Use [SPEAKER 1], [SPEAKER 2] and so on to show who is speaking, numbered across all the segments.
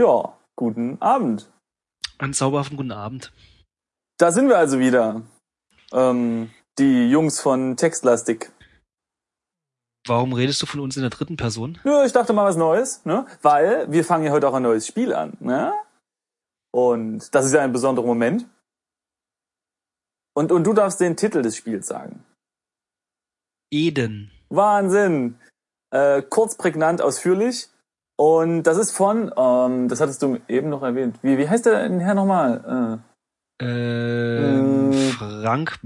[SPEAKER 1] Ja, guten Abend.
[SPEAKER 2] Einen zauberhaften guten Abend.
[SPEAKER 1] Da sind wir also wieder. Ähm, die Jungs von Textlastik.
[SPEAKER 2] Warum redest du von uns in der dritten Person?
[SPEAKER 1] Ja, ich dachte mal was Neues, ne? Weil wir fangen ja heute auch ein neues Spiel an, ne? Und das ist ja ein besonderer Moment. Und, und du darfst den Titel des Spiels sagen.
[SPEAKER 2] Eden.
[SPEAKER 1] Wahnsinn! Äh, kurz, prägnant, ausführlich. Und das ist von, ähm, das hattest du eben noch erwähnt. Wie, wie heißt der denn Herr nochmal? Äh,
[SPEAKER 2] Ähm, Frank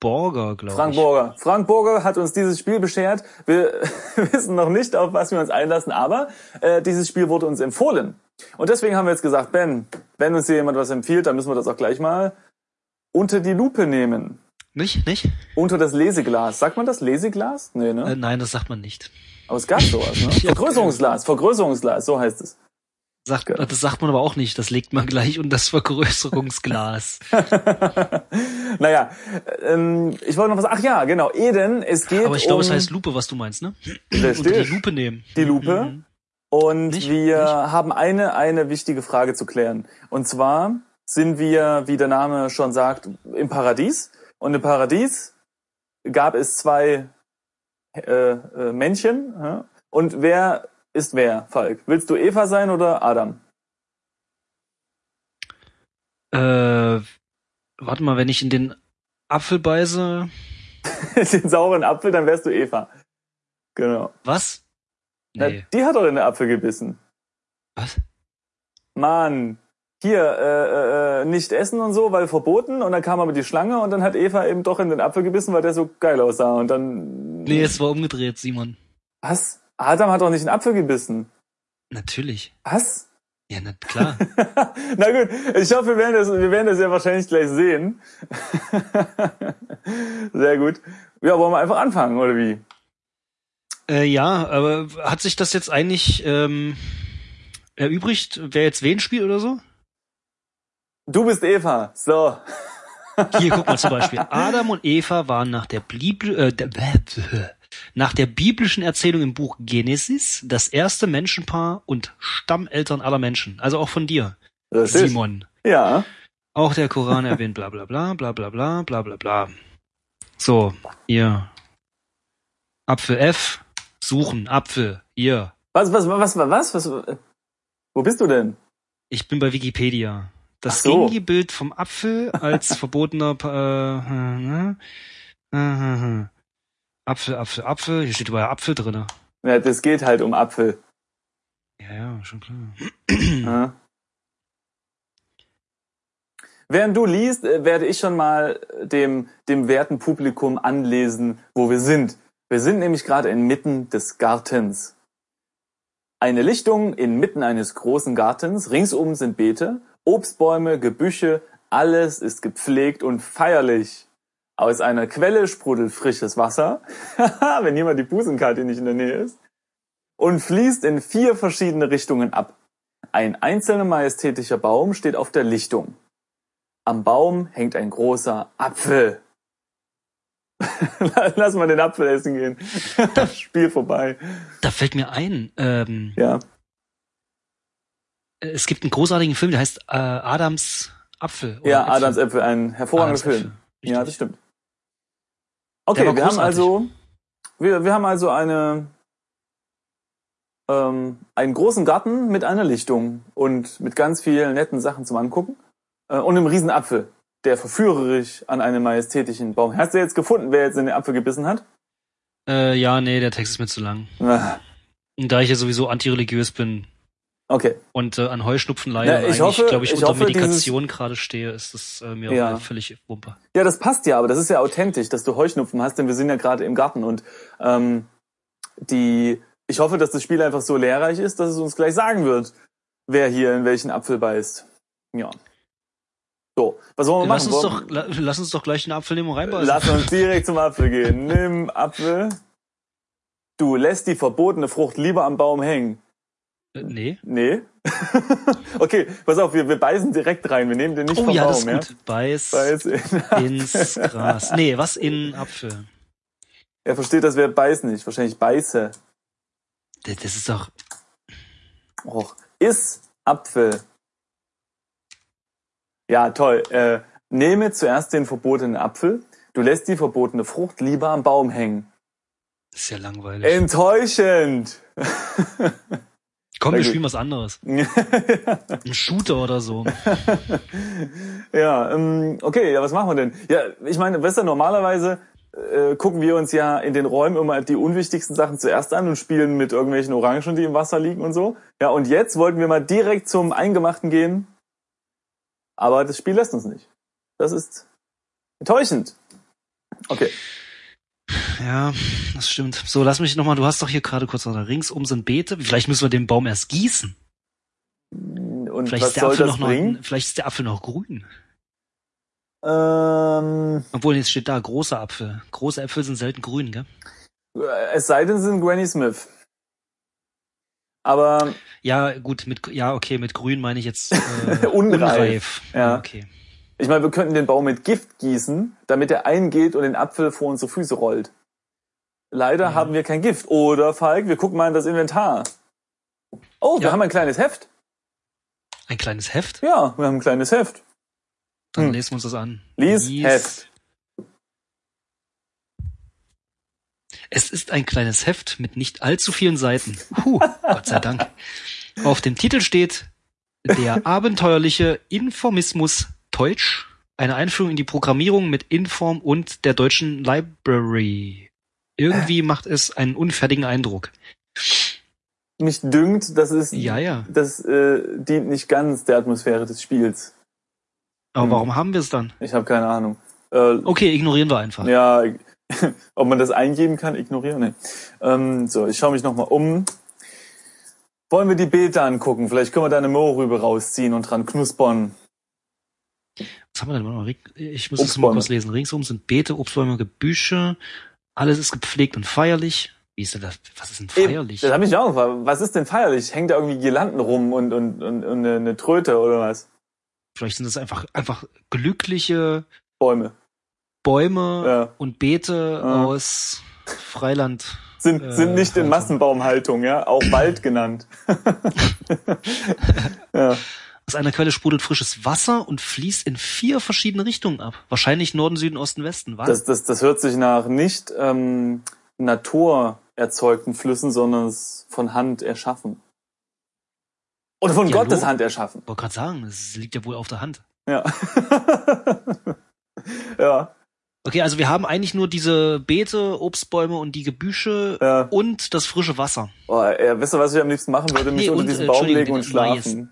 [SPEAKER 2] Borger,
[SPEAKER 1] Äh,
[SPEAKER 2] glaube
[SPEAKER 1] Frank
[SPEAKER 2] ich.
[SPEAKER 1] Burger. Frank Burger hat uns dieses Spiel beschert. Wir wissen noch nicht, auf was wir uns einlassen, aber äh, dieses Spiel wurde uns empfohlen. Und deswegen haben wir jetzt gesagt, Ben, wenn uns hier jemand was empfiehlt, dann müssen wir das auch gleich mal unter die Lupe nehmen.
[SPEAKER 2] Nicht? Nicht?
[SPEAKER 1] Unter das Leseglas. Sagt man das Leseglas? Nee, ne?
[SPEAKER 2] Äh, nein, das sagt man nicht.
[SPEAKER 1] Aber es gab sowas, ne?
[SPEAKER 2] Ja.
[SPEAKER 1] Vergrößerungsglas, Vergrößerungsglas, so heißt es.
[SPEAKER 2] Sagt,
[SPEAKER 1] Ge-
[SPEAKER 2] das sagt man aber auch nicht. Das legt man gleich unter das Vergrößerungsglas.
[SPEAKER 1] naja, ähm, ich wollte noch was. Ach ja, genau, Eden, es geht
[SPEAKER 2] aber ich glaube,
[SPEAKER 1] um
[SPEAKER 2] es heißt Lupe, was du meinst, ne? Unter die
[SPEAKER 1] Verstehst?
[SPEAKER 2] Lupe nehmen.
[SPEAKER 1] die Lupe.
[SPEAKER 2] Mhm.
[SPEAKER 1] Und
[SPEAKER 2] Nicht?
[SPEAKER 1] wir
[SPEAKER 2] Nicht?
[SPEAKER 1] haben eine, eine wichtige Frage zu klären. Und zwar sind wir, wie der Name schon sagt, im Paradies. Und im Paradies gab es zwei äh, äh, Männchen. ja? Und wer ist wer, Falk? Willst du Eva sein oder Adam?
[SPEAKER 2] Äh, warte mal, wenn ich in den Apfel beiße.
[SPEAKER 1] Den sauren Apfel, dann wärst du Eva. Genau.
[SPEAKER 2] Was?
[SPEAKER 1] Na,
[SPEAKER 2] Nee.
[SPEAKER 1] die hat doch in den Apfel gebissen.
[SPEAKER 2] Was?
[SPEAKER 1] Mann, hier, äh, äh, äh, nicht essen und so, weil verboten. Und dann kam aber die Schlange und dann hat Eva eben doch in den Apfel gebissen, weil der so geil aussah. Und dann...
[SPEAKER 2] Nee, es war umgedreht, Simon.
[SPEAKER 1] Was? Adam hat doch nicht in den Apfel gebissen.
[SPEAKER 2] Natürlich.
[SPEAKER 1] Was?
[SPEAKER 2] Ja, na klar.
[SPEAKER 1] Na gut, ich hoffe, wir werden das, wir werden das ja wahrscheinlich gleich sehen. Sehr gut. Ja, wollen wir einfach anfangen, oder wie?
[SPEAKER 2] Äh, ja, aber hat sich das jetzt eigentlich ähm, erübrigt, wer jetzt wen spielt oder so?
[SPEAKER 1] Du bist Eva. So.
[SPEAKER 2] Hier, guck mal zum Beispiel. Adam und Eva waren nach der, Bibel, äh, der, nach der biblischen Erzählung im Buch Genesis das erste Menschenpaar und Stammeltern aller Menschen. Also auch von dir,
[SPEAKER 1] Das ist-
[SPEAKER 2] Simon.
[SPEAKER 1] Ja.
[SPEAKER 2] Auch der Koran erwähnt bla bla bla bla bla bla bla bla bla. So, hier. Apfel F. Suchen, Apfel. Hier.
[SPEAKER 1] Was, was, was, was, was, was? Wo bist du denn?
[SPEAKER 2] Ich bin bei Wikipedia.
[SPEAKER 1] Ach
[SPEAKER 2] Das
[SPEAKER 1] so.
[SPEAKER 2] Gengi-Bild vom Apfel als verbotener äh, ne? Äh, äh, äh. Apfel, Apfel, Apfel. Hier steht überall Apfel drinne.
[SPEAKER 1] Ja, das geht halt um Apfel.
[SPEAKER 2] Ja, ja, schon klar.
[SPEAKER 1] Ja. Während du liest, äh, werde ich schon mal äh, dem, dem werten Publikum anlesen, wo wir sind. Wir sind nämlich gerade inmitten des Gartens. Eine Lichtung inmitten eines großen Gartens, ringsum sind Beete, Obstbäume, Gebüsche, alles ist gepflegt und feierlich. Aus einer Quelle sprudelt frisches Wasser, wenn jemand die Busenkarte nicht in der Nähe ist, und fließt in vier verschiedene Richtungen ab. Ein einzelner majestätischer Baum steht auf der Lichtung. Am Baum hängt ein großer Apfel. Lass mal den Apfel essen gehen. Spiel vorbei.
[SPEAKER 2] Da fällt mir ein, ähm,
[SPEAKER 1] Ja.
[SPEAKER 2] es gibt einen großartigen Film, der heißt äh, Adams Apfel. oder
[SPEAKER 1] Ja,
[SPEAKER 2] Äpfel.
[SPEAKER 1] Adams Äpfel, ein hervorragender
[SPEAKER 2] Adams
[SPEAKER 1] Film.
[SPEAKER 2] Äpfel.
[SPEAKER 1] Ja, das
[SPEAKER 2] Richtig.
[SPEAKER 1] stimmt. Okay,
[SPEAKER 2] war
[SPEAKER 1] wir haben
[SPEAKER 2] großartig.
[SPEAKER 1] also, wir, wir haben also eine, ähm, einen großen Garten mit einer Lichtung und mit ganz vielen netten Sachen zum Angucken äh, und einem riesen Apfel, der verführerisch an einem majestätischen Baum. Hast du jetzt gefunden, wer jetzt in den Apfel gebissen hat?
[SPEAKER 2] äh, ja, nee, der Text ist mir zu lang.
[SPEAKER 1] Ah,
[SPEAKER 2] Und da ich ja sowieso antireligiös bin
[SPEAKER 1] Okay.
[SPEAKER 2] und äh, an Heuschnupfen
[SPEAKER 1] Na,
[SPEAKER 2] leide,
[SPEAKER 1] ich
[SPEAKER 2] und
[SPEAKER 1] hoffe-
[SPEAKER 2] eigentlich, glaube ich,
[SPEAKER 1] ich
[SPEAKER 2] unter
[SPEAKER 1] hoffe, dieses-
[SPEAKER 2] Medikation gerade stehe, ist das äh, mir
[SPEAKER 1] Ja.
[SPEAKER 2] auch völlig Wumpe.
[SPEAKER 1] Ja, das passt ja, aber das ist ja authentisch, dass du Heuschnupfen hast, denn wir sind ja gerade im Garten und ähm, die. Ich hoffe, dass das Spiel einfach so lehrreich ist, dass es uns gleich sagen wird, wer hier in welchen Apfel beißt. Ja. So, was wollen wir
[SPEAKER 2] Lass
[SPEAKER 1] machen?
[SPEAKER 2] uns, doch, la, lass uns doch gleich einen Apfel nehmen und reinbeißen.
[SPEAKER 1] Lass uns direkt zum Apfel gehen. Nimm Apfel. Du lässt die verbotene Frucht lieber am Baum hängen.
[SPEAKER 2] Äh, nee.
[SPEAKER 1] Nee. okay, pass auf, wir, wir beißen direkt rein. Wir nehmen den nicht
[SPEAKER 2] Oh
[SPEAKER 1] vom
[SPEAKER 2] ja,
[SPEAKER 1] Baum,
[SPEAKER 2] das ist
[SPEAKER 1] ja?
[SPEAKER 2] gut. Beiß,
[SPEAKER 1] Beiß in
[SPEAKER 2] ins Gras. Nee, was in Apfel?
[SPEAKER 1] Er versteht das Verb beißen nicht. Wahrscheinlich beiße.
[SPEAKER 2] Das, das ist doch.
[SPEAKER 1] Och. Iss Apfel. Ja, toll. Äh, nehme zuerst den verbotenen Apfel. Du lässt die verbotene Frucht lieber am Baum hängen.
[SPEAKER 2] Das ist ja langweilig.
[SPEAKER 1] Enttäuschend.
[SPEAKER 2] Komm, wir
[SPEAKER 1] sehr gut.
[SPEAKER 2] spielen was anderes. Ein Shooter oder so.
[SPEAKER 1] ja, ähm, okay, ja, was machen wir denn? Ja, ich meine, besser normalerweise äh, gucken wir uns ja in den Räumen immer die unwichtigsten Sachen zuerst an und spielen mit irgendwelchen Orangen, die im Wasser liegen und so. Ja, und jetzt wollten wir mal direkt zum Eingemachten gehen. Aber das Spiel lässt uns nicht. Das ist enttäuschend. Okay.
[SPEAKER 2] Ja, das stimmt. So, lass mich nochmal, du hast doch hier gerade kurz noch ringsum sind Beete. Vielleicht müssen wir den Baum erst gießen.
[SPEAKER 1] Und
[SPEAKER 2] Vielleicht
[SPEAKER 1] was
[SPEAKER 2] ist, der
[SPEAKER 1] soll
[SPEAKER 2] Apfel
[SPEAKER 1] das
[SPEAKER 2] noch
[SPEAKER 1] bringen?
[SPEAKER 2] noch, vielleicht ist der Apfel noch grün.
[SPEAKER 1] Ähm,
[SPEAKER 2] Obwohl, jetzt steht da großer Apfel. Große Äpfel sind selten grün, gell?
[SPEAKER 1] es sei denn, es sind Granny Smith. Aber
[SPEAKER 2] Ja, gut, mit, ja, okay, mit grün meine ich jetzt, äh,
[SPEAKER 1] Unreif. Ja.
[SPEAKER 2] Ja. Okay.
[SPEAKER 1] Ich meine, wir könnten den Baum mit Gift gießen, damit er eingeht und den Apfel vor unsere Füße rollt. Leider
[SPEAKER 2] Ja.
[SPEAKER 1] haben wir kein Gift. Oder, Falk, wir gucken mal in das Inventar. Oh, wir
[SPEAKER 2] Ja.
[SPEAKER 1] haben ein kleines Heft.
[SPEAKER 2] Ein kleines Heft?
[SPEAKER 1] Ja, wir haben ein kleines Heft.
[SPEAKER 2] Dann
[SPEAKER 1] Hm.
[SPEAKER 2] lesen wir uns das an.
[SPEAKER 1] Lies Heft.
[SPEAKER 2] Es ist ein kleines Heft mit nicht allzu vielen Seiten. Puh, Gott sei Dank. Auf dem Titel steht der abenteuerliche Informismus Deutsch, eine Einführung in die Programmierung mit Inform und der deutschen Library. Irgendwie macht es einen unfertigen Eindruck.
[SPEAKER 1] Mich dünkt, das ist,
[SPEAKER 2] Ja, ja.
[SPEAKER 1] das äh, dient nicht ganz der Atmosphäre des Spiels.
[SPEAKER 2] Aber
[SPEAKER 1] Hm.
[SPEAKER 2] warum haben wir es dann?
[SPEAKER 1] Ich habe keine Ahnung. Äh,
[SPEAKER 2] Okay, ignorieren wir einfach.
[SPEAKER 1] Ja, ob man das eingeben kann, ignorieren. Nee. Ähm, so, ich schaue mich nochmal um. Wollen wir die Beete angucken? Vielleicht können wir da eine Mohrrübe rausziehen und dran knuspern.
[SPEAKER 2] Was haben wir denn? Warte mal, Ring- Ich muss es mal
[SPEAKER 1] Obstbäume.
[SPEAKER 2] kurz lesen. Ringsum sind Beete, Obstbäume, Gebüsche. Alles ist gepflegt und feierlich. Wie ist denn das? Was ist denn feierlich?
[SPEAKER 1] Das habe ich mich auch gefragt. Was ist denn feierlich? Hängt da irgendwie Girlanden rum und, und, und, und eine, eine Tröte oder was?
[SPEAKER 2] Vielleicht sind das einfach, einfach glückliche
[SPEAKER 1] Bäume.
[SPEAKER 2] Bäume
[SPEAKER 1] Ja.
[SPEAKER 2] und Beete
[SPEAKER 1] Ja.
[SPEAKER 2] aus Freiland.
[SPEAKER 1] Sind,
[SPEAKER 2] Äh,
[SPEAKER 1] sind nicht in
[SPEAKER 2] Haltung.
[SPEAKER 1] Massenbaumhaltung, ja? Auch Wald genannt. ja.
[SPEAKER 2] Aus einer Quelle sprudelt frisches Wasser und fließt in vier verschiedene Richtungen ab. Wahrscheinlich Norden, Süden, Osten, Westen. Was?
[SPEAKER 1] Das, das, das hört sich nach nicht ähm, naturerzeugten Flüssen, sondern es von Hand erschaffen. Oder von
[SPEAKER 2] Ja,
[SPEAKER 1] Gottes
[SPEAKER 2] hallo?
[SPEAKER 1] Hand erschaffen.
[SPEAKER 2] wollte gerade sagen, das liegt ja wohl auf der Hand.
[SPEAKER 1] Ja. ja,
[SPEAKER 2] Okay, also wir haben eigentlich nur diese Beete, Obstbäume und die Gebüsche
[SPEAKER 1] ja.
[SPEAKER 2] und das frische Wasser.
[SPEAKER 1] Oh, ey, weißt du, was ich am liebsten machen würde?
[SPEAKER 2] Ach,
[SPEAKER 1] Mich
[SPEAKER 2] nee,
[SPEAKER 1] unter
[SPEAKER 2] und,
[SPEAKER 1] diesen
[SPEAKER 2] äh,
[SPEAKER 1] Baum legen
[SPEAKER 2] Entschuldigung,
[SPEAKER 1] und
[SPEAKER 2] bitte, Neues.
[SPEAKER 1] schlafen.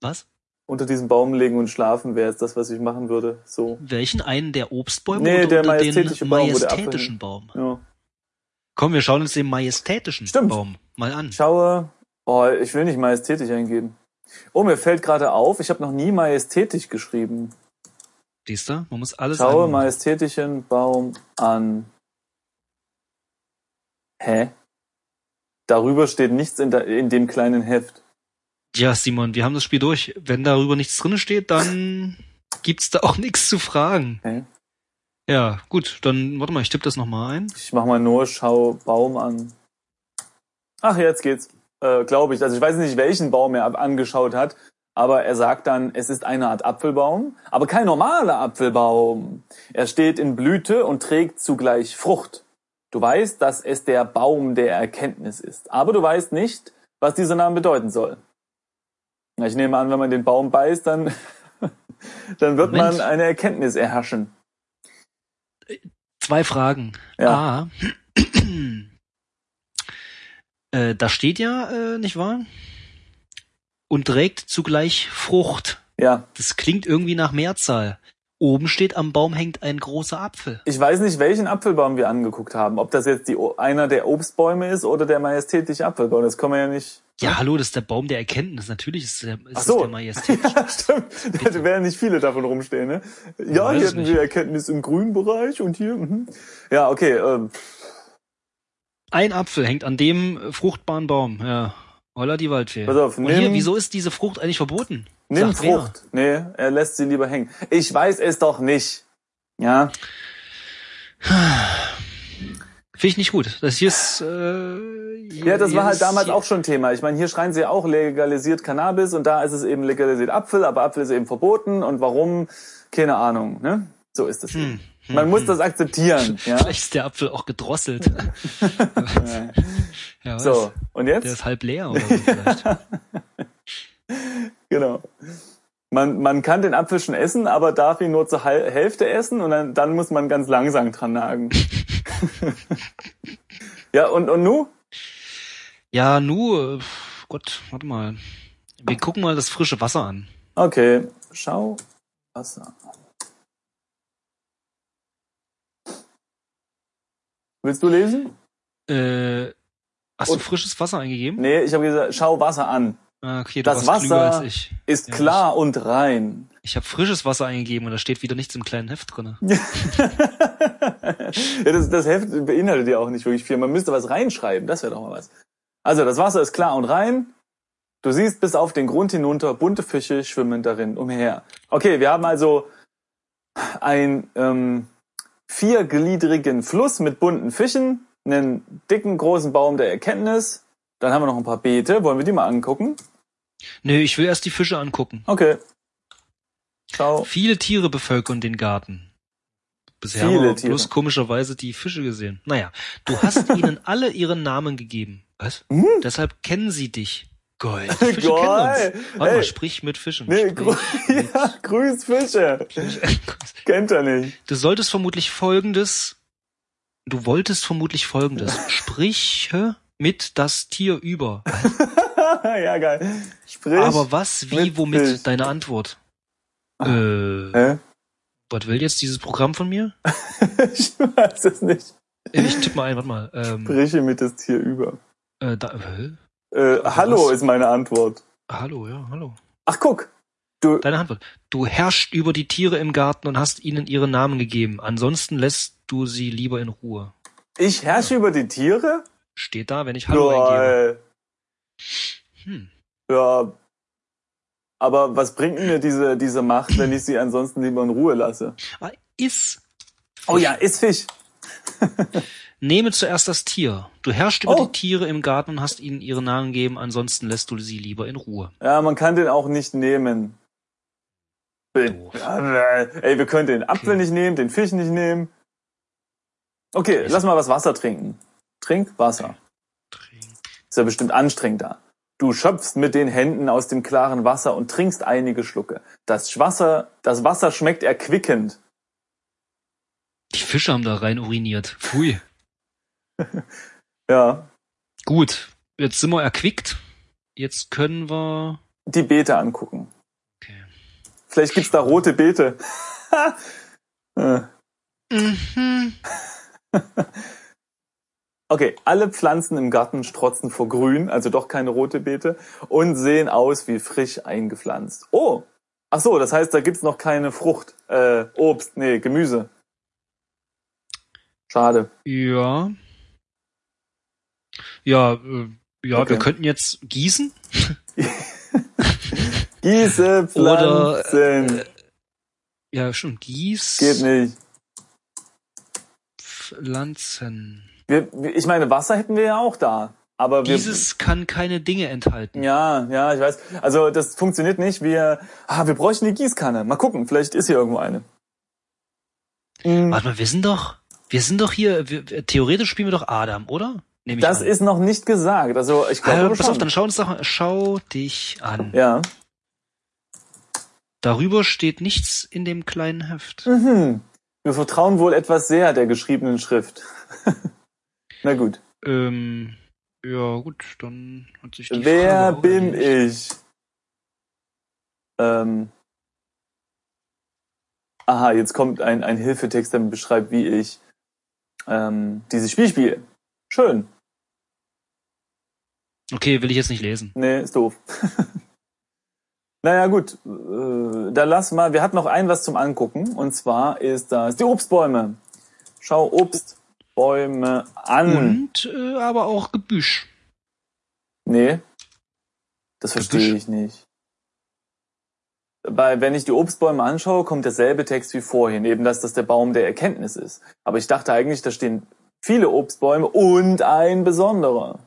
[SPEAKER 2] Was?
[SPEAKER 1] Unter diesen Baum legen und schlafen wäre jetzt das, was ich machen würde. So.
[SPEAKER 2] Welchen? Einen der Obstbäume
[SPEAKER 1] Nee,
[SPEAKER 2] oder
[SPEAKER 1] der
[SPEAKER 2] unter
[SPEAKER 1] majestätische
[SPEAKER 2] den
[SPEAKER 1] Baum, wo der Apfel
[SPEAKER 2] majestätischen Baum?
[SPEAKER 1] Ja.
[SPEAKER 2] Komm, wir schauen uns den majestätischen
[SPEAKER 1] Stimmt.
[SPEAKER 2] Baum mal an.
[SPEAKER 1] Schaue. Oh, ich will nicht majestätisch eingeben. Oh, mir fällt gerade auf, ich habe noch nie majestätisch geschrieben.
[SPEAKER 2] Siehst du? Man muss alles
[SPEAKER 1] Schaue
[SPEAKER 2] einmal-
[SPEAKER 1] majestätischen Baum an. Hä? Darüber steht nichts in, der, in dem kleinen Heft.
[SPEAKER 2] Ja, Simon, wir haben das Spiel durch. Wenn darüber nichts drin steht, dann gibt's da auch nichts zu fragen.
[SPEAKER 1] Hä?
[SPEAKER 2] Ja, gut, dann warte mal, ich tippe das nochmal ein.
[SPEAKER 1] Ich mach mal nur Schau Baum an. Ach, jetzt geht's. Äh, Glaube ich. Also ich weiß nicht, welchen Baum er ab- angeschaut hat, aber er sagt dann, es ist eine Art Apfelbaum, aber kein normaler Apfelbaum. Er steht in Blüte und trägt zugleich Frucht. Du weißt, dass es der Baum der Erkenntnis ist, aber du weißt nicht, was dieser Name bedeuten soll. Na, Ich nehme an, wenn man den Baum beißt, dann, dann wird
[SPEAKER 2] Moment.
[SPEAKER 1] man eine Erkenntnis erhaschen.
[SPEAKER 2] Zwei Fragen.
[SPEAKER 1] Ja.
[SPEAKER 2] A. äh, da steht ja, äh, nicht wahr? Und trägt zugleich Frucht.
[SPEAKER 1] Ja.
[SPEAKER 2] Das klingt irgendwie nach Mehrzahl. Oben steht, am Baum hängt ein großer Apfel.
[SPEAKER 1] Ich weiß nicht, welchen Apfelbaum wir angeguckt haben. Ob das jetzt die, O- einer der Obstbäume ist oder der majestätische Apfelbaum. Das kann man ja nicht.
[SPEAKER 2] Ja, hallo, das ist der Baum der Erkenntnis. Natürlich ist, der, ist
[SPEAKER 1] Ach so.
[SPEAKER 2] es der Majestät.
[SPEAKER 1] Ja, stimmt. Da werden nicht viele davon rumstehen, ne? Ja,
[SPEAKER 2] weiß
[SPEAKER 1] hier
[SPEAKER 2] es
[SPEAKER 1] hatten
[SPEAKER 2] nicht.
[SPEAKER 1] wir Erkenntnis im grünen Bereich und hier. Mhm. Ja, okay. Ähm,
[SPEAKER 2] Ein Apfel hängt an dem äh, fruchtbaren Baum. Ja. Holla die Waldfee.
[SPEAKER 1] Pass auf,
[SPEAKER 2] Und
[SPEAKER 1] nimm-
[SPEAKER 2] hier, wieso ist diese Frucht eigentlich verboten?
[SPEAKER 1] nimm
[SPEAKER 2] Sagt wer?
[SPEAKER 1] Frucht. Nee, er lässt sie lieber hängen. Ich weiß es doch nicht. Ja.
[SPEAKER 2] Finde ich nicht gut. Das hier ist. Äh,
[SPEAKER 1] Ja, das war halt
[SPEAKER 2] hier-
[SPEAKER 1] damals auch schon Thema. Ich meine, hier schreien sie auch legalisiert Cannabis und da ist es eben legalisiert Apfel, aber Apfel ist eben verboten und warum? Keine Ahnung. Ne? So ist es. eben. Man muss das akzeptieren. Ja?
[SPEAKER 2] Vielleicht ist der Apfel auch gedrosselt. ja, was?
[SPEAKER 1] So, und
[SPEAKER 2] Der
[SPEAKER 1] jetzt?
[SPEAKER 2] ist halb leer oder so vielleicht.
[SPEAKER 1] Genau. Man, man kann den Apfel schon essen, aber darf ihn nur zur Hal- Hälfte essen und dann, dann muss man ganz langsam dran nagen. ja, und, und nu?
[SPEAKER 2] Ja, nu, äh, Gott, warte mal. Wir gucken mal das frische Wasser an.
[SPEAKER 1] Okay, schau Wasser. Willst du lesen?
[SPEAKER 2] Äh, hast du
[SPEAKER 1] Und-
[SPEAKER 2] frisches Wasser eingegeben?
[SPEAKER 1] Nee, ich habe gesagt, schau Wasser an.
[SPEAKER 2] Ah, Okay, du
[SPEAKER 1] Das
[SPEAKER 2] warst klüger
[SPEAKER 1] Wasser-
[SPEAKER 2] als ich.
[SPEAKER 1] Ist
[SPEAKER 2] Ja,
[SPEAKER 1] klar und rein.
[SPEAKER 2] Ich habe frisches Wasser eingegeben und da steht wieder nichts im kleinen Heft drinne.
[SPEAKER 1] ja, das, das Heft beinhaltet ja auch nicht wirklich viel. Man müsste was reinschreiben, das wäre doch mal was. Also, das Wasser ist klar und rein. Du siehst bis auf den Grund hinunter bunte Fische schwimmen darin umher. Okay, wir haben also einen ähm, viergliedrigen Fluss mit bunten Fischen, einen dicken großen Baum der Erkenntnis. Dann haben wir noch ein paar Beete. Wollen wir die mal angucken?
[SPEAKER 2] Nö, ich will erst die Fische angucken.
[SPEAKER 1] Okay. Ciao.
[SPEAKER 2] Viele Tiere bevölkern den Garten. Bisher
[SPEAKER 1] Viele
[SPEAKER 2] haben wir
[SPEAKER 1] Tiere.
[SPEAKER 2] bloß komischerweise die Fische gesehen. Naja, du hast ihnen alle ihren Namen gegeben. Was?
[SPEAKER 1] Hm?
[SPEAKER 2] Deshalb kennen sie dich. Geil. Die Fische
[SPEAKER 1] Geil.
[SPEAKER 2] kennen uns. Warte mal,
[SPEAKER 1] Ey.
[SPEAKER 2] sprich mit Fischen.
[SPEAKER 1] Nee,
[SPEAKER 2] Sprich
[SPEAKER 1] grü
[SPEAKER 2] mit
[SPEAKER 1] ja, grüß Fische. Kennt er nicht.
[SPEAKER 2] Du solltest vermutlich folgendes, du wolltest vermutlich folgendes. Spreche mit das Tier über.
[SPEAKER 1] ja, geil. Sprich.
[SPEAKER 2] Aber was, wie,
[SPEAKER 1] mit
[SPEAKER 2] womit?
[SPEAKER 1] Fisch.
[SPEAKER 2] Deine Antwort. Äh,
[SPEAKER 1] Hä?
[SPEAKER 2] was will jetzt dieses Programm von mir?
[SPEAKER 1] ich weiß es nicht.
[SPEAKER 2] Äh, Ich tippe mal ein, warte mal. Ähm,
[SPEAKER 1] Spreche mit das Tier über.
[SPEAKER 2] äh, da, äh,
[SPEAKER 1] Äh, hallo
[SPEAKER 2] was?
[SPEAKER 1] ist meine Antwort.
[SPEAKER 2] hallo, ja, hallo.
[SPEAKER 1] Ach, guck. Du,
[SPEAKER 2] Deine Antwort. Du herrschst über die Tiere im Garten und hast ihnen ihre Namen gegeben. Ansonsten lässt du sie lieber in Ruhe.
[SPEAKER 1] ich herrsche über die Tiere?
[SPEAKER 2] Steht da, wenn ich Hallo eingebe.
[SPEAKER 1] Lol.
[SPEAKER 2] Hm.
[SPEAKER 1] Ja. Aber was bringt mir diese, diese Macht, wenn ich sie ansonsten lieber in Ruhe lasse?
[SPEAKER 2] Ah, Ist
[SPEAKER 1] Oh ja, ist Fisch.
[SPEAKER 2] Nehme zuerst das Tier. Du herrschst über
[SPEAKER 1] Oh.
[SPEAKER 2] die Tiere im Garten und hast ihnen ihre Namen gegeben, ansonsten lässt du sie lieber in Ruhe.
[SPEAKER 1] Ja, man kann den auch nicht nehmen.
[SPEAKER 2] Doof.
[SPEAKER 1] Ey, wir können den Apfel
[SPEAKER 2] Okay.
[SPEAKER 1] nicht nehmen, den Fisch nicht nehmen. Okay, lass mal was Wasser trinken. Trink Wasser. Ist ja bestimmt anstrengend da. Du schöpfst mit den Händen aus dem klaren Wasser und trinkst einige Schlucke. Das Wasser, das Wasser schmeckt erquickend.
[SPEAKER 2] Die Fische haben da rein uriniert. Pfui.
[SPEAKER 1] Ja,
[SPEAKER 2] Gut, jetzt sind wir erquickt. Jetzt können wir.
[SPEAKER 1] die Beete angucken.
[SPEAKER 2] Okay.
[SPEAKER 1] Vielleicht gibt's da rote Beete. Äh.
[SPEAKER 2] Mhm.
[SPEAKER 1] Okay, alle Pflanzen im Garten strotzen vor Grün, also doch keine rote Beete, und sehen aus wie frisch eingepflanzt. Oh, ach so, das heißt, da gibt's noch keine Frucht, äh, Obst, nee, Gemüse. Schade.
[SPEAKER 2] Ja. Ja, äh, ja,
[SPEAKER 1] Okay.
[SPEAKER 2] wir könnten jetzt gießen.
[SPEAKER 1] Gieße
[SPEAKER 2] Oder, äh,
[SPEAKER 1] Pflanzen.
[SPEAKER 2] Ja, schon. Gieß.
[SPEAKER 1] Geht nicht.
[SPEAKER 2] Pflanzen.
[SPEAKER 1] Wir, wir- ich meine, Wasser hätten wir ja auch da. Aber wir,
[SPEAKER 2] Dieses kann keine Dinge enthalten.
[SPEAKER 1] Ja, ja, ich weiß. Also das funktioniert nicht. Wir, ah, wir bräuchten eine Gießkanne. Mal gucken, vielleicht ist hier irgendwo eine. Hm,
[SPEAKER 2] Warte mal, wir sind doch, wir sind doch hier, wir, wir- theoretisch spielen wir doch Adam, oder? Nehme ich
[SPEAKER 1] Das
[SPEAKER 2] an.
[SPEAKER 1] ist noch nicht gesagt. Also ich
[SPEAKER 2] Ah,
[SPEAKER 1] glaube
[SPEAKER 2] pass auf,
[SPEAKER 1] schon.
[SPEAKER 2] dann schau uns doch, mal- schau dich an.
[SPEAKER 1] Ja.
[SPEAKER 2] Darüber steht nichts in dem kleinen Heft.
[SPEAKER 1] Mhm. Wir vertrauen wohl etwas sehr der geschriebenen Schrift. Na gut.
[SPEAKER 2] Ähm, ja, gut, dann hat sich die
[SPEAKER 1] Wer
[SPEAKER 2] Frage auch
[SPEAKER 1] bin
[SPEAKER 2] erledigt.
[SPEAKER 1] ich? Ähm. Aha, jetzt kommt ein, ein Hilfetext, der mir beschreibt, wie ich ähm, dieses Spiel spiele. Schön.
[SPEAKER 2] Okay, will ich jetzt nicht lesen.
[SPEAKER 1] Nee, ist doof. naja, gut. Äh, da lass mal. Wir hatten noch ein was zum Angucken. Und zwar ist das die Obstbäume. Schau Obstbäume an.
[SPEAKER 2] Und äh, aber auch Gebüsch.
[SPEAKER 1] Nee. Das verstehe
[SPEAKER 2] Gebüsch.
[SPEAKER 1] ich nicht. Weil, wenn ich die Obstbäume anschaue, kommt derselbe Text wie vorhin, eben dass das der Baum der Erkenntnis ist. Aber ich dachte eigentlich, da stehen viele Obstbäume und ein besonderer.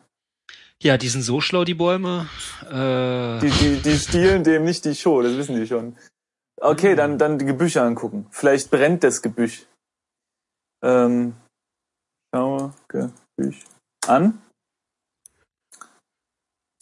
[SPEAKER 2] Ja, die sind so schlau, die Bäume. Äh,
[SPEAKER 1] Die, die, die stehlen dem nicht die Show, das wissen die schon. Okay, dann, dann die Gebüsche angucken. Vielleicht brennt das Gebüsch. Ähm, schau Gebüsch an.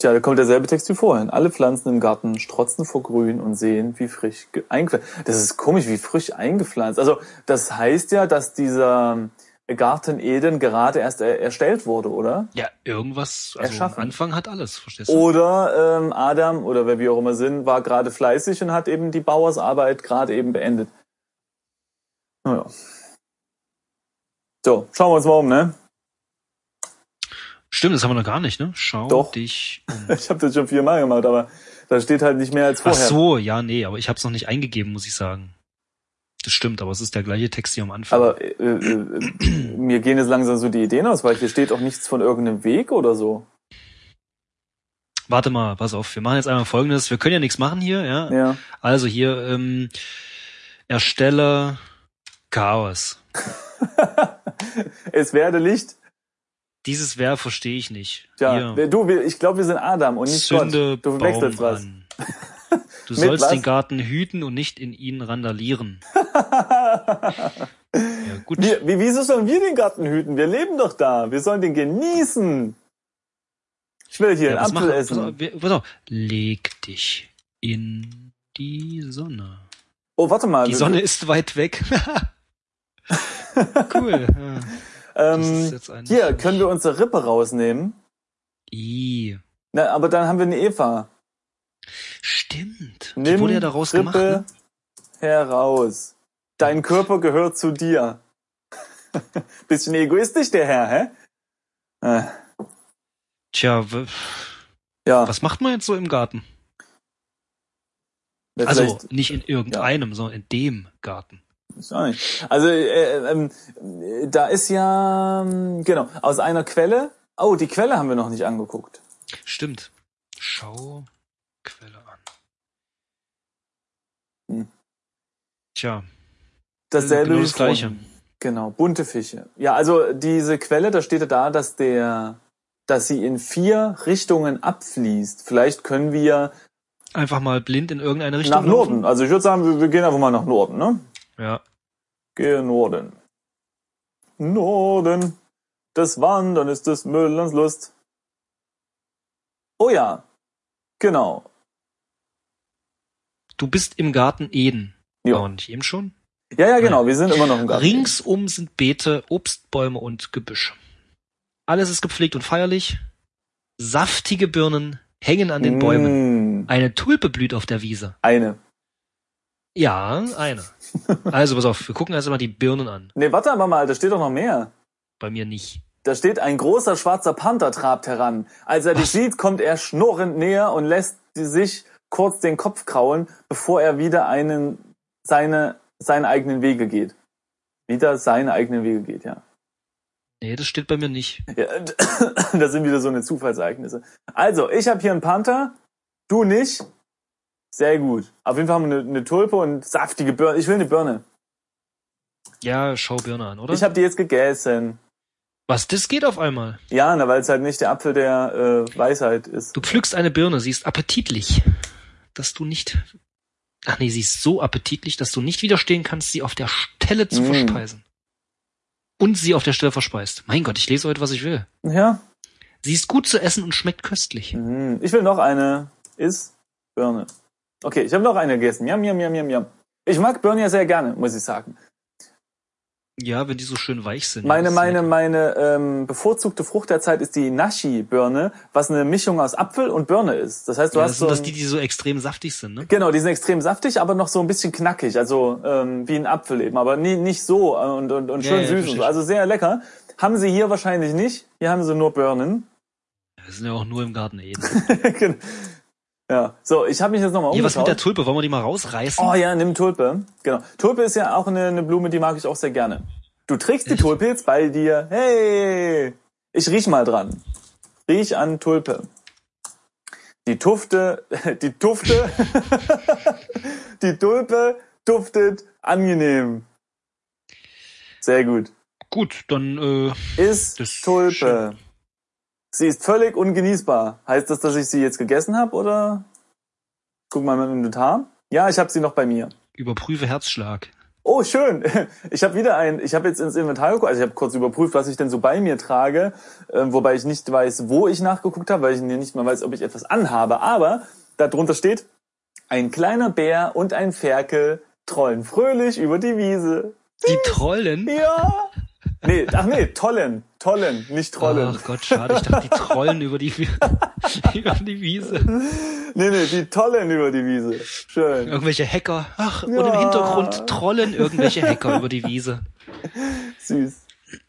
[SPEAKER 1] Tja, da kommt derselbe Text wie vorhin. Alle Pflanzen im Garten strotzen vor Grün und sehen, wie frisch ge- eingepflanzt. Das ist komisch, wie frisch eingepflanzt. Also, das heißt ja, dass dieser Garten Eden gerade erst er erstellt wurde, oder?
[SPEAKER 2] ja, irgendwas. Also
[SPEAKER 1] Erschaffen.
[SPEAKER 2] Anfang hat alles, verstehst du?
[SPEAKER 1] Oder ähm, Adam oder wer wir auch immer sind, war gerade fleißig und hat eben die Bauersarbeit gerade eben beendet. Naja. So, schauen wir uns mal um, ne?
[SPEAKER 2] Stimmt, das haben wir noch gar nicht, ne? Schau
[SPEAKER 1] Doch.
[SPEAKER 2] dich.
[SPEAKER 1] Ich habe das schon viermal gemacht, aber da steht halt nicht mehr als
[SPEAKER 2] Hm. Ach
[SPEAKER 1] vorher.
[SPEAKER 2] so, ja, nee, aber ich habe es noch nicht eingegeben, muss ich sagen. Das stimmt, aber es ist der gleiche Text hier am Anfang.
[SPEAKER 1] Aber äh, äh, äh, mir gehen jetzt langsam so die Ideen aus, weil hier steht auch nichts von irgendeinem Weg oder so.
[SPEAKER 2] Warte mal, pass auf, wir machen jetzt einmal folgendes. Wir können ja nichts machen hier, ja.
[SPEAKER 1] Ja.
[SPEAKER 2] Also hier, ähm, erstelle Chaos.
[SPEAKER 1] es werde Licht.
[SPEAKER 2] Dieses Verb verstehe ich nicht.
[SPEAKER 1] Ja,
[SPEAKER 2] hier,
[SPEAKER 1] du, wir- ich glaube, wir sind Adam und nicht
[SPEAKER 2] Sünde
[SPEAKER 1] Gott. Du
[SPEAKER 2] Baum
[SPEAKER 1] verwechselst was.
[SPEAKER 2] an. Du
[SPEAKER 1] Mit
[SPEAKER 2] sollst
[SPEAKER 1] was?
[SPEAKER 2] den Garten hüten und nicht in ihn randalieren. Ja, gut.
[SPEAKER 1] Wir, wie, wieso sollen wir den Garten hüten? Wir leben doch da. Wir sollen den genießen. Ich will hier
[SPEAKER 2] ja, was
[SPEAKER 1] einen
[SPEAKER 2] machen
[SPEAKER 1] Apfel
[SPEAKER 2] wir? Pass auf,
[SPEAKER 1] essen.
[SPEAKER 2] wir- pass auf. Leg dich in die Sonne.
[SPEAKER 1] Oh, warte mal.
[SPEAKER 2] Die
[SPEAKER 1] wir-
[SPEAKER 2] Sonne ist weit weg. cool. Ja, das ist
[SPEAKER 1] ähm,
[SPEAKER 2] jetzt ein
[SPEAKER 1] hier, können wir unsere Rippe rausnehmen?
[SPEAKER 2] I.
[SPEAKER 1] Na, aber dann haben wir eine Eva.
[SPEAKER 2] Stimmt.
[SPEAKER 1] Nimm
[SPEAKER 2] Die wurde ja daraus
[SPEAKER 1] Rippe
[SPEAKER 2] gemacht. Ne?
[SPEAKER 1] heraus. Dein Körper gehört zu dir. Bisschen egoistisch, der Herr, hä? Äh,
[SPEAKER 2] Tja, w-
[SPEAKER 1] ja,
[SPEAKER 2] was macht man jetzt so im Garten?
[SPEAKER 1] wär
[SPEAKER 2] Also
[SPEAKER 1] vielleicht-
[SPEAKER 2] nicht in irgendeinem, sondern in dem Garten.
[SPEAKER 1] Ist auch nicht. Also äh, ähm, äh, da ist ja ähm, genau aus einer Quelle. Oh, die Quelle haben wir noch nicht angeguckt.
[SPEAKER 2] Stimmt. Schau Quelle an.
[SPEAKER 1] Hm.
[SPEAKER 2] Tja,
[SPEAKER 1] Dasselbe
[SPEAKER 2] genau
[SPEAKER 1] wie
[SPEAKER 2] das Gleiche.
[SPEAKER 1] vorhin. Genau, bunte Fische. Ja, also diese Quelle, da steht ja da, dass der, dass sie in vier Richtungen abfließt. Vielleicht können wir
[SPEAKER 2] einfach mal blind in irgendeine Richtung.
[SPEAKER 1] nach Norden. Also ich würde sagen, wir, wir gehen einfach mal nach Norden, ne?
[SPEAKER 2] laufen. Ja.
[SPEAKER 1] Gehe Norden. Norden. Das Wandern ist des Müllers Lust. Oh ja. Genau.
[SPEAKER 2] Du bist im Garten Eden.
[SPEAKER 1] Ja.
[SPEAKER 2] Ja. Und ich eben schon.
[SPEAKER 1] Ja, ja, genau. Wir sind immer noch im Garten.
[SPEAKER 2] Ringsum sind Beete, Obstbäume und Gebüsch. Alles ist gepflegt und feierlich. Saftige Birnen hängen an den
[SPEAKER 1] Mm,
[SPEAKER 2] Bäumen. Eine Tulpe blüht auf der Wiese.
[SPEAKER 1] eine.
[SPEAKER 2] Ja, eine. Also pass auf, wir gucken erst mal die Birnen an.
[SPEAKER 1] Nee, warte aber mal, da steht doch noch mehr.
[SPEAKER 2] Bei mir nicht.
[SPEAKER 1] Da steht, ein großer schwarzer Panther trabt heran. Als er dich sieht, kommt er schnurrend näher und lässt sich kurz den Kopf kraulen, bevor er wieder einen, seine, seine eigenen Wege geht. Wieder seine eigenen Wege geht, ja.
[SPEAKER 2] Nee, das steht bei mir nicht.
[SPEAKER 1] ja das sind wieder so eine Zufallsereignisse. Also, ich habe hier einen Panther, du nicht. Sehr gut. Auf jeden Fall haben wir eine, eine Tulpe und saftige Birne. Ich will eine Birne.
[SPEAKER 2] Ja, schau Birne an, oder?
[SPEAKER 1] Ich habe die jetzt gegessen.
[SPEAKER 2] Was, das geht auf einmal?
[SPEAKER 1] Ja, na, weil es halt nicht der Apfel der äh, Weisheit ist.
[SPEAKER 2] Du pflückst eine Birne, sie ist appetitlich, dass du nicht... Ach nee, sie ist so appetitlich, dass du nicht widerstehen kannst, sie auf der Stelle zu
[SPEAKER 1] Mm.
[SPEAKER 2] verspeisen. Und sie auf der Stelle verspeist. Mein Gott, ich lese heute, was ich will.
[SPEAKER 1] Ja.
[SPEAKER 2] Sie ist gut zu essen und schmeckt köstlich.
[SPEAKER 1] Mhm. Ich will noch eine. Ist Birne. Okay, ich habe noch eine gegessen. Yam, yam, yam, yam, yam. Ich mag Birne ja sehr gerne, muss ich sagen.
[SPEAKER 2] Ja, wenn die so schön weich sind.
[SPEAKER 1] Meine,
[SPEAKER 2] Das ist
[SPEAKER 1] meine,
[SPEAKER 2] lecker.
[SPEAKER 1] meine ähm, bevorzugte Frucht der Zeit ist die Nashi-Birne, was eine Mischung aus Apfel und Birne ist. Das heißt, du
[SPEAKER 2] Ja, das
[SPEAKER 1] hast
[SPEAKER 2] sind
[SPEAKER 1] so
[SPEAKER 2] das
[SPEAKER 1] ein-
[SPEAKER 2] die, die so extrem saftig sind, ne?
[SPEAKER 1] Genau, die sind extrem saftig, aber noch so ein bisschen knackig, also ähm, wie ein Apfel eben, aber nie, nicht so äh, und, und, und
[SPEAKER 2] Ja,
[SPEAKER 1] schön
[SPEAKER 2] ja,
[SPEAKER 1] süß und
[SPEAKER 2] verstehe
[SPEAKER 1] so. Also sehr lecker. Haben sie hier wahrscheinlich nicht. Hier haben sie nur Birnen.
[SPEAKER 2] Wir sind ja auch nur im Garten Eden.
[SPEAKER 1] Genau. ja, so, ich habe mich jetzt nochmal
[SPEAKER 2] Hier, was mit der
[SPEAKER 1] umgeschaut.
[SPEAKER 2] Tulpe? Wollen wir die mal rausreißen?
[SPEAKER 1] Oh ja, nimm Tulpe. Genau. Tulpe ist ja auch eine, eine Blume, die mag ich auch sehr gerne. Du trägst die
[SPEAKER 2] Echt?
[SPEAKER 1] Tulpe jetzt bei dir. Hey! Ich riech mal dran. Riech an Tulpe. Die Tufte, die Tufte, die Tulpe duftet angenehm. Sehr gut.
[SPEAKER 2] Gut, dann äh,
[SPEAKER 1] Ist
[SPEAKER 2] Das
[SPEAKER 1] Tulpe.
[SPEAKER 2] stimmt.
[SPEAKER 1] Sie ist völlig ungenießbar. Heißt das, dass ich sie jetzt gegessen habe oder? Guck mal mein Inventar. Ja, ich habe sie noch bei mir.
[SPEAKER 2] überprüfe Herzschlag.
[SPEAKER 1] Oh, schön. Ich habe wieder ein, ich habe jetzt ins Inventar geguckt, also ich habe kurz überprüft, was ich denn so bei mir trage, ähm, wobei ich nicht weiß, wo ich nachgeguckt habe, weil ich nicht mal weiß, ob ich etwas anhabe. Aber darunter steht, ein kleiner Bär und ein Ferkel trollen fröhlich über die Wiese.
[SPEAKER 2] Die Trollen?
[SPEAKER 1] Ja. Nee, ach nee, tollen, tollen, nicht trollen.
[SPEAKER 2] Ach Gott, schade. Ich dachte, die Trollen über die, über die Wiese.
[SPEAKER 1] Nee, nee, die tollen über die Wiese. Schön.
[SPEAKER 2] Irgendwelche Hacker. Ach, und im
[SPEAKER 1] Ja.
[SPEAKER 2] Hintergrund trollen irgendwelche Hacker über die Wiese.
[SPEAKER 1] Süß.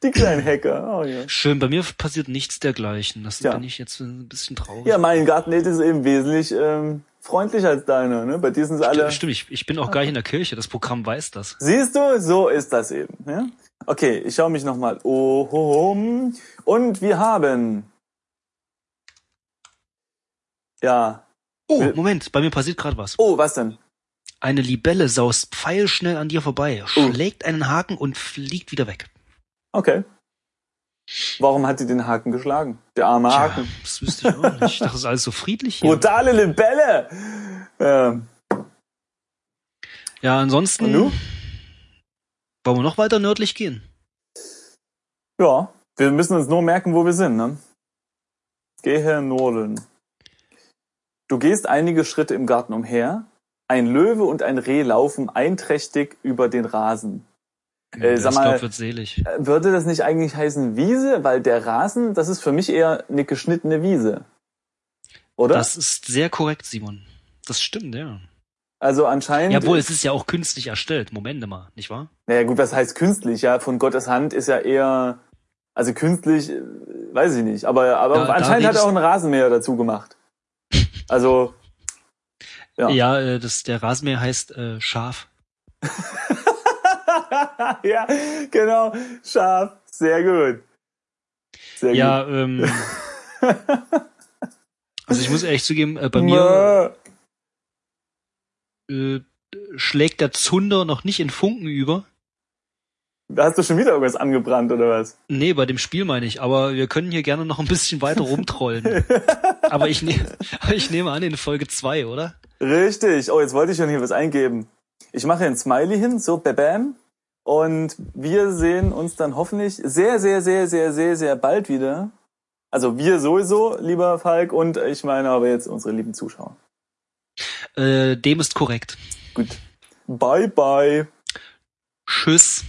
[SPEAKER 1] Die kleinen Hacker. Oh, ja.
[SPEAKER 2] Schön, bei mir passiert nichts dergleichen. Das
[SPEAKER 1] Tja.
[SPEAKER 2] bin ich jetzt ein bisschen traurig.
[SPEAKER 1] ja, mein Garten ist eben wesentlich ähm, freundlicher als deiner. Ne? Bei diesen sind alle...
[SPEAKER 2] Stimmt, ich, ich bin auch gar nicht in der Kirche. Das Programm weiß das.
[SPEAKER 1] Siehst du, so ist das eben. Ja? Okay, ich schaue mich nochmal um. Und wir haben... Ja.
[SPEAKER 2] Oh,
[SPEAKER 1] Äh,
[SPEAKER 2] Moment, bei mir passiert gerade was.
[SPEAKER 1] Oh, was denn?
[SPEAKER 2] Eine Libelle saust pfeilschnell an dir vorbei,
[SPEAKER 1] Oh.
[SPEAKER 2] schlägt einen Haken und fliegt wieder weg.
[SPEAKER 1] Okay. Warum hat die den Haken geschlagen? Der arme Haken.
[SPEAKER 2] Tja, das wüsste ich auch nicht. Das ist alles so friedlich hier.
[SPEAKER 1] Brutale Libelle! Ähm,
[SPEAKER 2] Ja,
[SPEAKER 1] und
[SPEAKER 2] ansonsten
[SPEAKER 1] du?
[SPEAKER 2] wollen wir noch weiter nördlich gehen.
[SPEAKER 1] Ja, wir müssen uns nur merken, wo wir sind, ne? Gehe Norden. Du gehst einige Schritte im Garten umher. Ein Löwe und ein Reh laufen einträchtig über den Rasen. Äh,
[SPEAKER 2] das
[SPEAKER 1] sag mal-
[SPEAKER 2] Dorf wird selig.
[SPEAKER 1] Äh, Würde das nicht eigentlich heißen Wiese? Weil der Rasen, das ist für mich eher eine geschnittene Wiese. Oder?
[SPEAKER 2] Das ist sehr korrekt, Simon. Das stimmt, ja.
[SPEAKER 1] also anscheinend.
[SPEAKER 2] Jawohl, es ist ja auch künstlich erstellt. Moment mal, nicht wahr?
[SPEAKER 1] Naja gut, was heißt künstlich? Ja, von Gottes Hand ist ja eher, also künstlich, äh, weiß ich nicht. Aber, aber
[SPEAKER 2] Da- da
[SPEAKER 1] anscheinend hat er
[SPEAKER 2] redest-
[SPEAKER 1] auch einen Rasenmäher dazu gemacht. Also, Ja.
[SPEAKER 2] Ja, äh, das, der Rasenmäher heißt äh, Schaf.
[SPEAKER 1] ja, genau, scharf, sehr gut. Sehr
[SPEAKER 2] Ja, ähm,
[SPEAKER 1] gut.
[SPEAKER 2] also ich muss ehrlich zugeben, äh, bei mir äh, schlägt der Zunder noch nicht in Funken über.
[SPEAKER 1] Mö. Hast du schon wieder irgendwas angebrannt oder was?
[SPEAKER 2] Nee, bei dem Spiel meine ich, aber wir können hier gerne noch ein bisschen weiter rumtrollen. aber ich, ne ich nehme an, in Folge zwei, oder?
[SPEAKER 1] Richtig. Oh, jetzt wollte ich schon hier was eingeben. Ich mache ein Smiley hin, so bam. Und wir sehen uns dann hoffentlich sehr, sehr, sehr, sehr, sehr, sehr bald wieder. Also wir sowieso, lieber Falk, und ich meine aber jetzt unsere lieben Zuschauer.
[SPEAKER 2] Äh, dem ist korrekt.
[SPEAKER 1] Gut. Bye, bye.
[SPEAKER 2] Tschüss.